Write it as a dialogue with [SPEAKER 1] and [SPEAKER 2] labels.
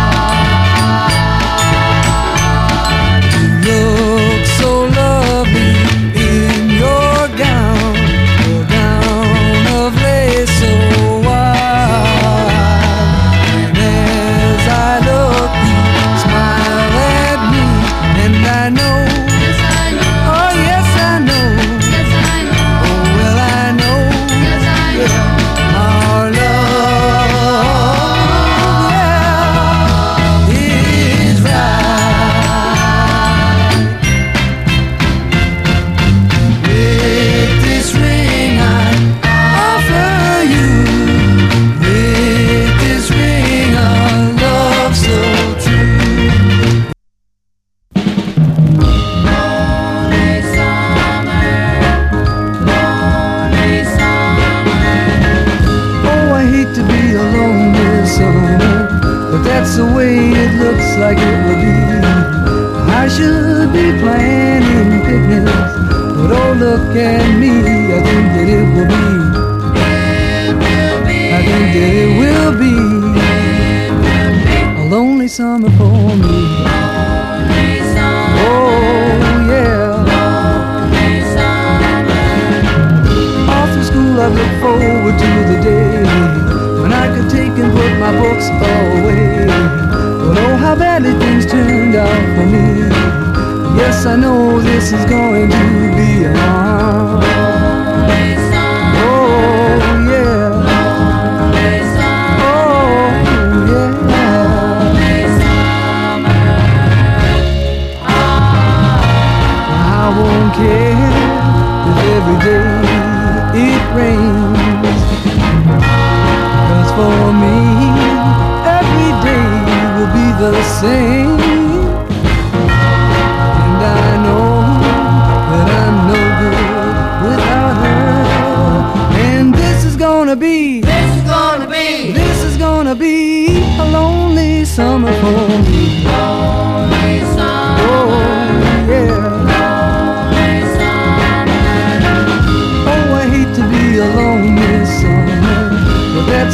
[SPEAKER 1] oh Oh, Oh, like it would be. I should be playing in picnics, but oh look at me. I think that it will be. I think that it will be a lonely summer for me. Oh yeah. All through school I look forward to the day when I could take and put my books away. But oh, how badly things turned out for me. Yes, I know this is going to be a long. Oh yeah. Oh yeah. I won't care if every day it rains. Cause for me, every day will be the same. And I know that I'm no good without her. And this is gonna be,
[SPEAKER 2] This is gonna be
[SPEAKER 1] this is gonna be a lonely summer Oh, Oh,